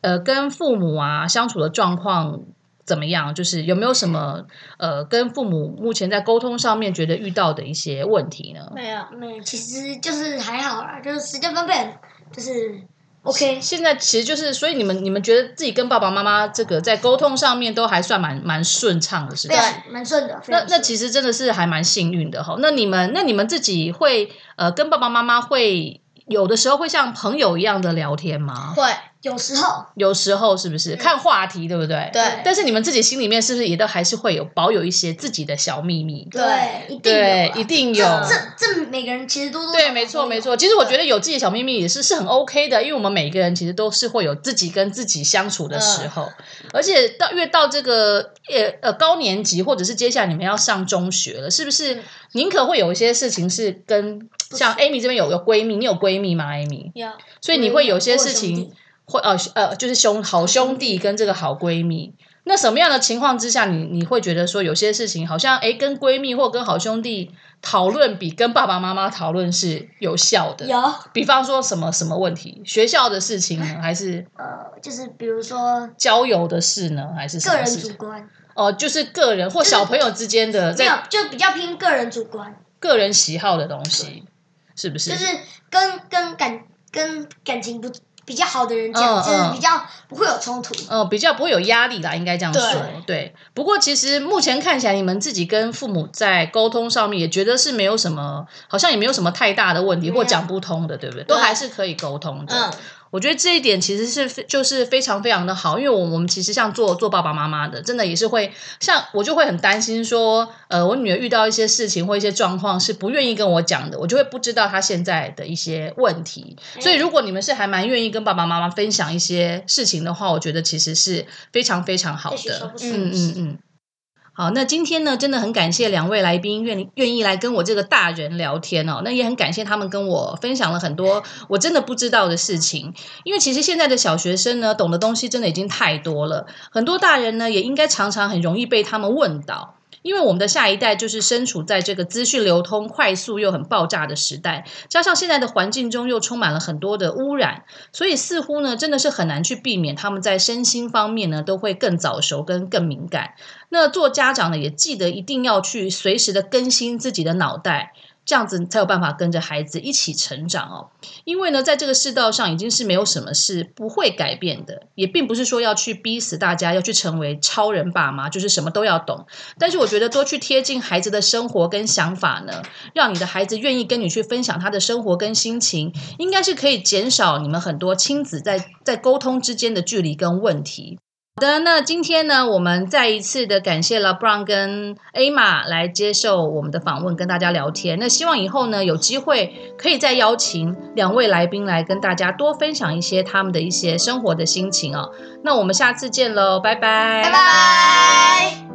[SPEAKER 1] 呃跟父母啊相处的状况怎么样？就是有没有什么呃跟父母目前在沟通上面觉得遇到的一些问题呢？
[SPEAKER 3] 没有，没有，其实就是还好啦，就是时间分配很就是 OK。
[SPEAKER 1] 现在其实就是，所以你们你们觉得自己跟爸爸妈妈这个在沟通上面都还算蛮蛮顺畅的，是不
[SPEAKER 3] 非
[SPEAKER 1] 是？
[SPEAKER 3] 常蛮顺的，非
[SPEAKER 1] 那
[SPEAKER 3] 常
[SPEAKER 1] 那
[SPEAKER 3] 顺
[SPEAKER 1] 其实真的是还蛮幸运的哈。那你们那你们自己会呃跟爸爸妈妈会有的时候会像朋友一样的聊天吗？
[SPEAKER 2] 会，
[SPEAKER 3] 有时候
[SPEAKER 1] 有时候是不是看话题对不嗯对？
[SPEAKER 2] 对
[SPEAKER 1] 但是你们自己心里面是不是也都还是会有保有一些自己的小秘密？
[SPEAKER 3] 对一定
[SPEAKER 1] 对，一
[SPEAKER 3] 有啦
[SPEAKER 1] 定有。
[SPEAKER 3] 这这每个人其实多多少少
[SPEAKER 1] 对，没错，
[SPEAKER 3] 都有
[SPEAKER 1] 没错。其实我觉得有自己的小秘密也是是很 OK 的，因为我们每个人其实都是会有自己跟自己相处的时候，
[SPEAKER 3] 嗯
[SPEAKER 1] 而且到越到这个呃呃高年级，或者是接下来你们要上中学了，是不
[SPEAKER 3] 嗯
[SPEAKER 1] 是？宁可会有一些事情是跟像 Amy 这边有有闺蜜，你有闺蜜吗？Amy，
[SPEAKER 2] 有
[SPEAKER 1] 所以你会有些事
[SPEAKER 3] 我有兄
[SPEAKER 1] 情
[SPEAKER 3] 弟
[SPEAKER 1] 会呃呃，就是兄好兄弟跟这个好闺蜜。那什么样的情况之下，你你会觉得说有些事情好像诶跟闺蜜或跟好兄弟讨论比跟爸爸妈妈讨论是有效的？
[SPEAKER 3] 有
[SPEAKER 1] 比方说什么什么问题，学校的事情呢，还是
[SPEAKER 3] 呃，就是比如说
[SPEAKER 1] 交友的事呢，还是什
[SPEAKER 3] 个
[SPEAKER 1] 么
[SPEAKER 3] 人
[SPEAKER 1] 事
[SPEAKER 3] 主
[SPEAKER 1] 情？
[SPEAKER 3] 观，
[SPEAKER 1] 哦、就是个人或小朋友之间的
[SPEAKER 3] 没有
[SPEAKER 1] 在
[SPEAKER 3] 就比较偏个人主观，
[SPEAKER 1] 个人喜好的东西，是不是？
[SPEAKER 3] 就是跟跟感跟感情不比较好的人这
[SPEAKER 1] 嗯
[SPEAKER 3] 样，就是
[SPEAKER 1] 嗯
[SPEAKER 3] 比较不会有冲突。
[SPEAKER 1] 呃，比较不会有压力啦，应该这样说。对，不过其实目前看起来，你们自己跟父母在沟通上面也觉得是没有什么，好像也没有什么太大的问题
[SPEAKER 3] 没有
[SPEAKER 1] 或讲不通的，对不对？都还是可以沟通的。
[SPEAKER 2] 嗯，
[SPEAKER 1] 我觉得这一点其实是非就是非常非常的好，因为我我们其实像做做爸爸妈妈的，真的也是会像我就会很担心说，呃，我女儿遇到一些事情或一些状况是不愿意跟我讲的，我就会不知道她现在的一些问题。所以如果你们是还蛮愿意跟爸爸妈妈分享一些事情的话，我觉得其实是非常非常好
[SPEAKER 3] 在学校
[SPEAKER 1] 的
[SPEAKER 3] 不。是
[SPEAKER 1] 嗯嗯嗯。好，那今天呢，真的很感谢两位来宾愿愿意来跟我这个大人聊天哦。那也很感谢他们跟我分享了很多我真的不知道的事情，因为其实现在的小学生呢，懂的东西真的已经太多了。很多大人呢，也应该常常很容易被他们问到。因为我们的下一代就是身处在这个资讯流通快速又很爆炸的时代，加上现在的环境中又充满了很多的污染，所以似乎呢，真的是很难去避免他们在身心方面呢，都会更早熟跟更敏感。那做家长呢，也记得一定要去随时的更新自己的脑袋，这样子才有办法跟着孩子一起成长哦。因为呢，在这个世道上，已经是没有什么是不会改变的，也并不是说要去逼死大家要去成为超人爸妈，就是什么都要懂。但是我觉得多去贴近孩子的生活跟想法呢，让你的孩子愿意跟你去分享他的生活跟心情，应该是可以减少你们很多亲子在在沟通之间的距离跟问题。好的，那今天呢，我们再一次的感谢了 Brown 跟 A 玛来接受我们的访问，跟大家聊天。那希望以后呢，有机会可以再邀请两位来宾来跟大家多分享一些他们的一些生活的心情哦。那我们下次见喽，拜拜，拜
[SPEAKER 2] 拜拜。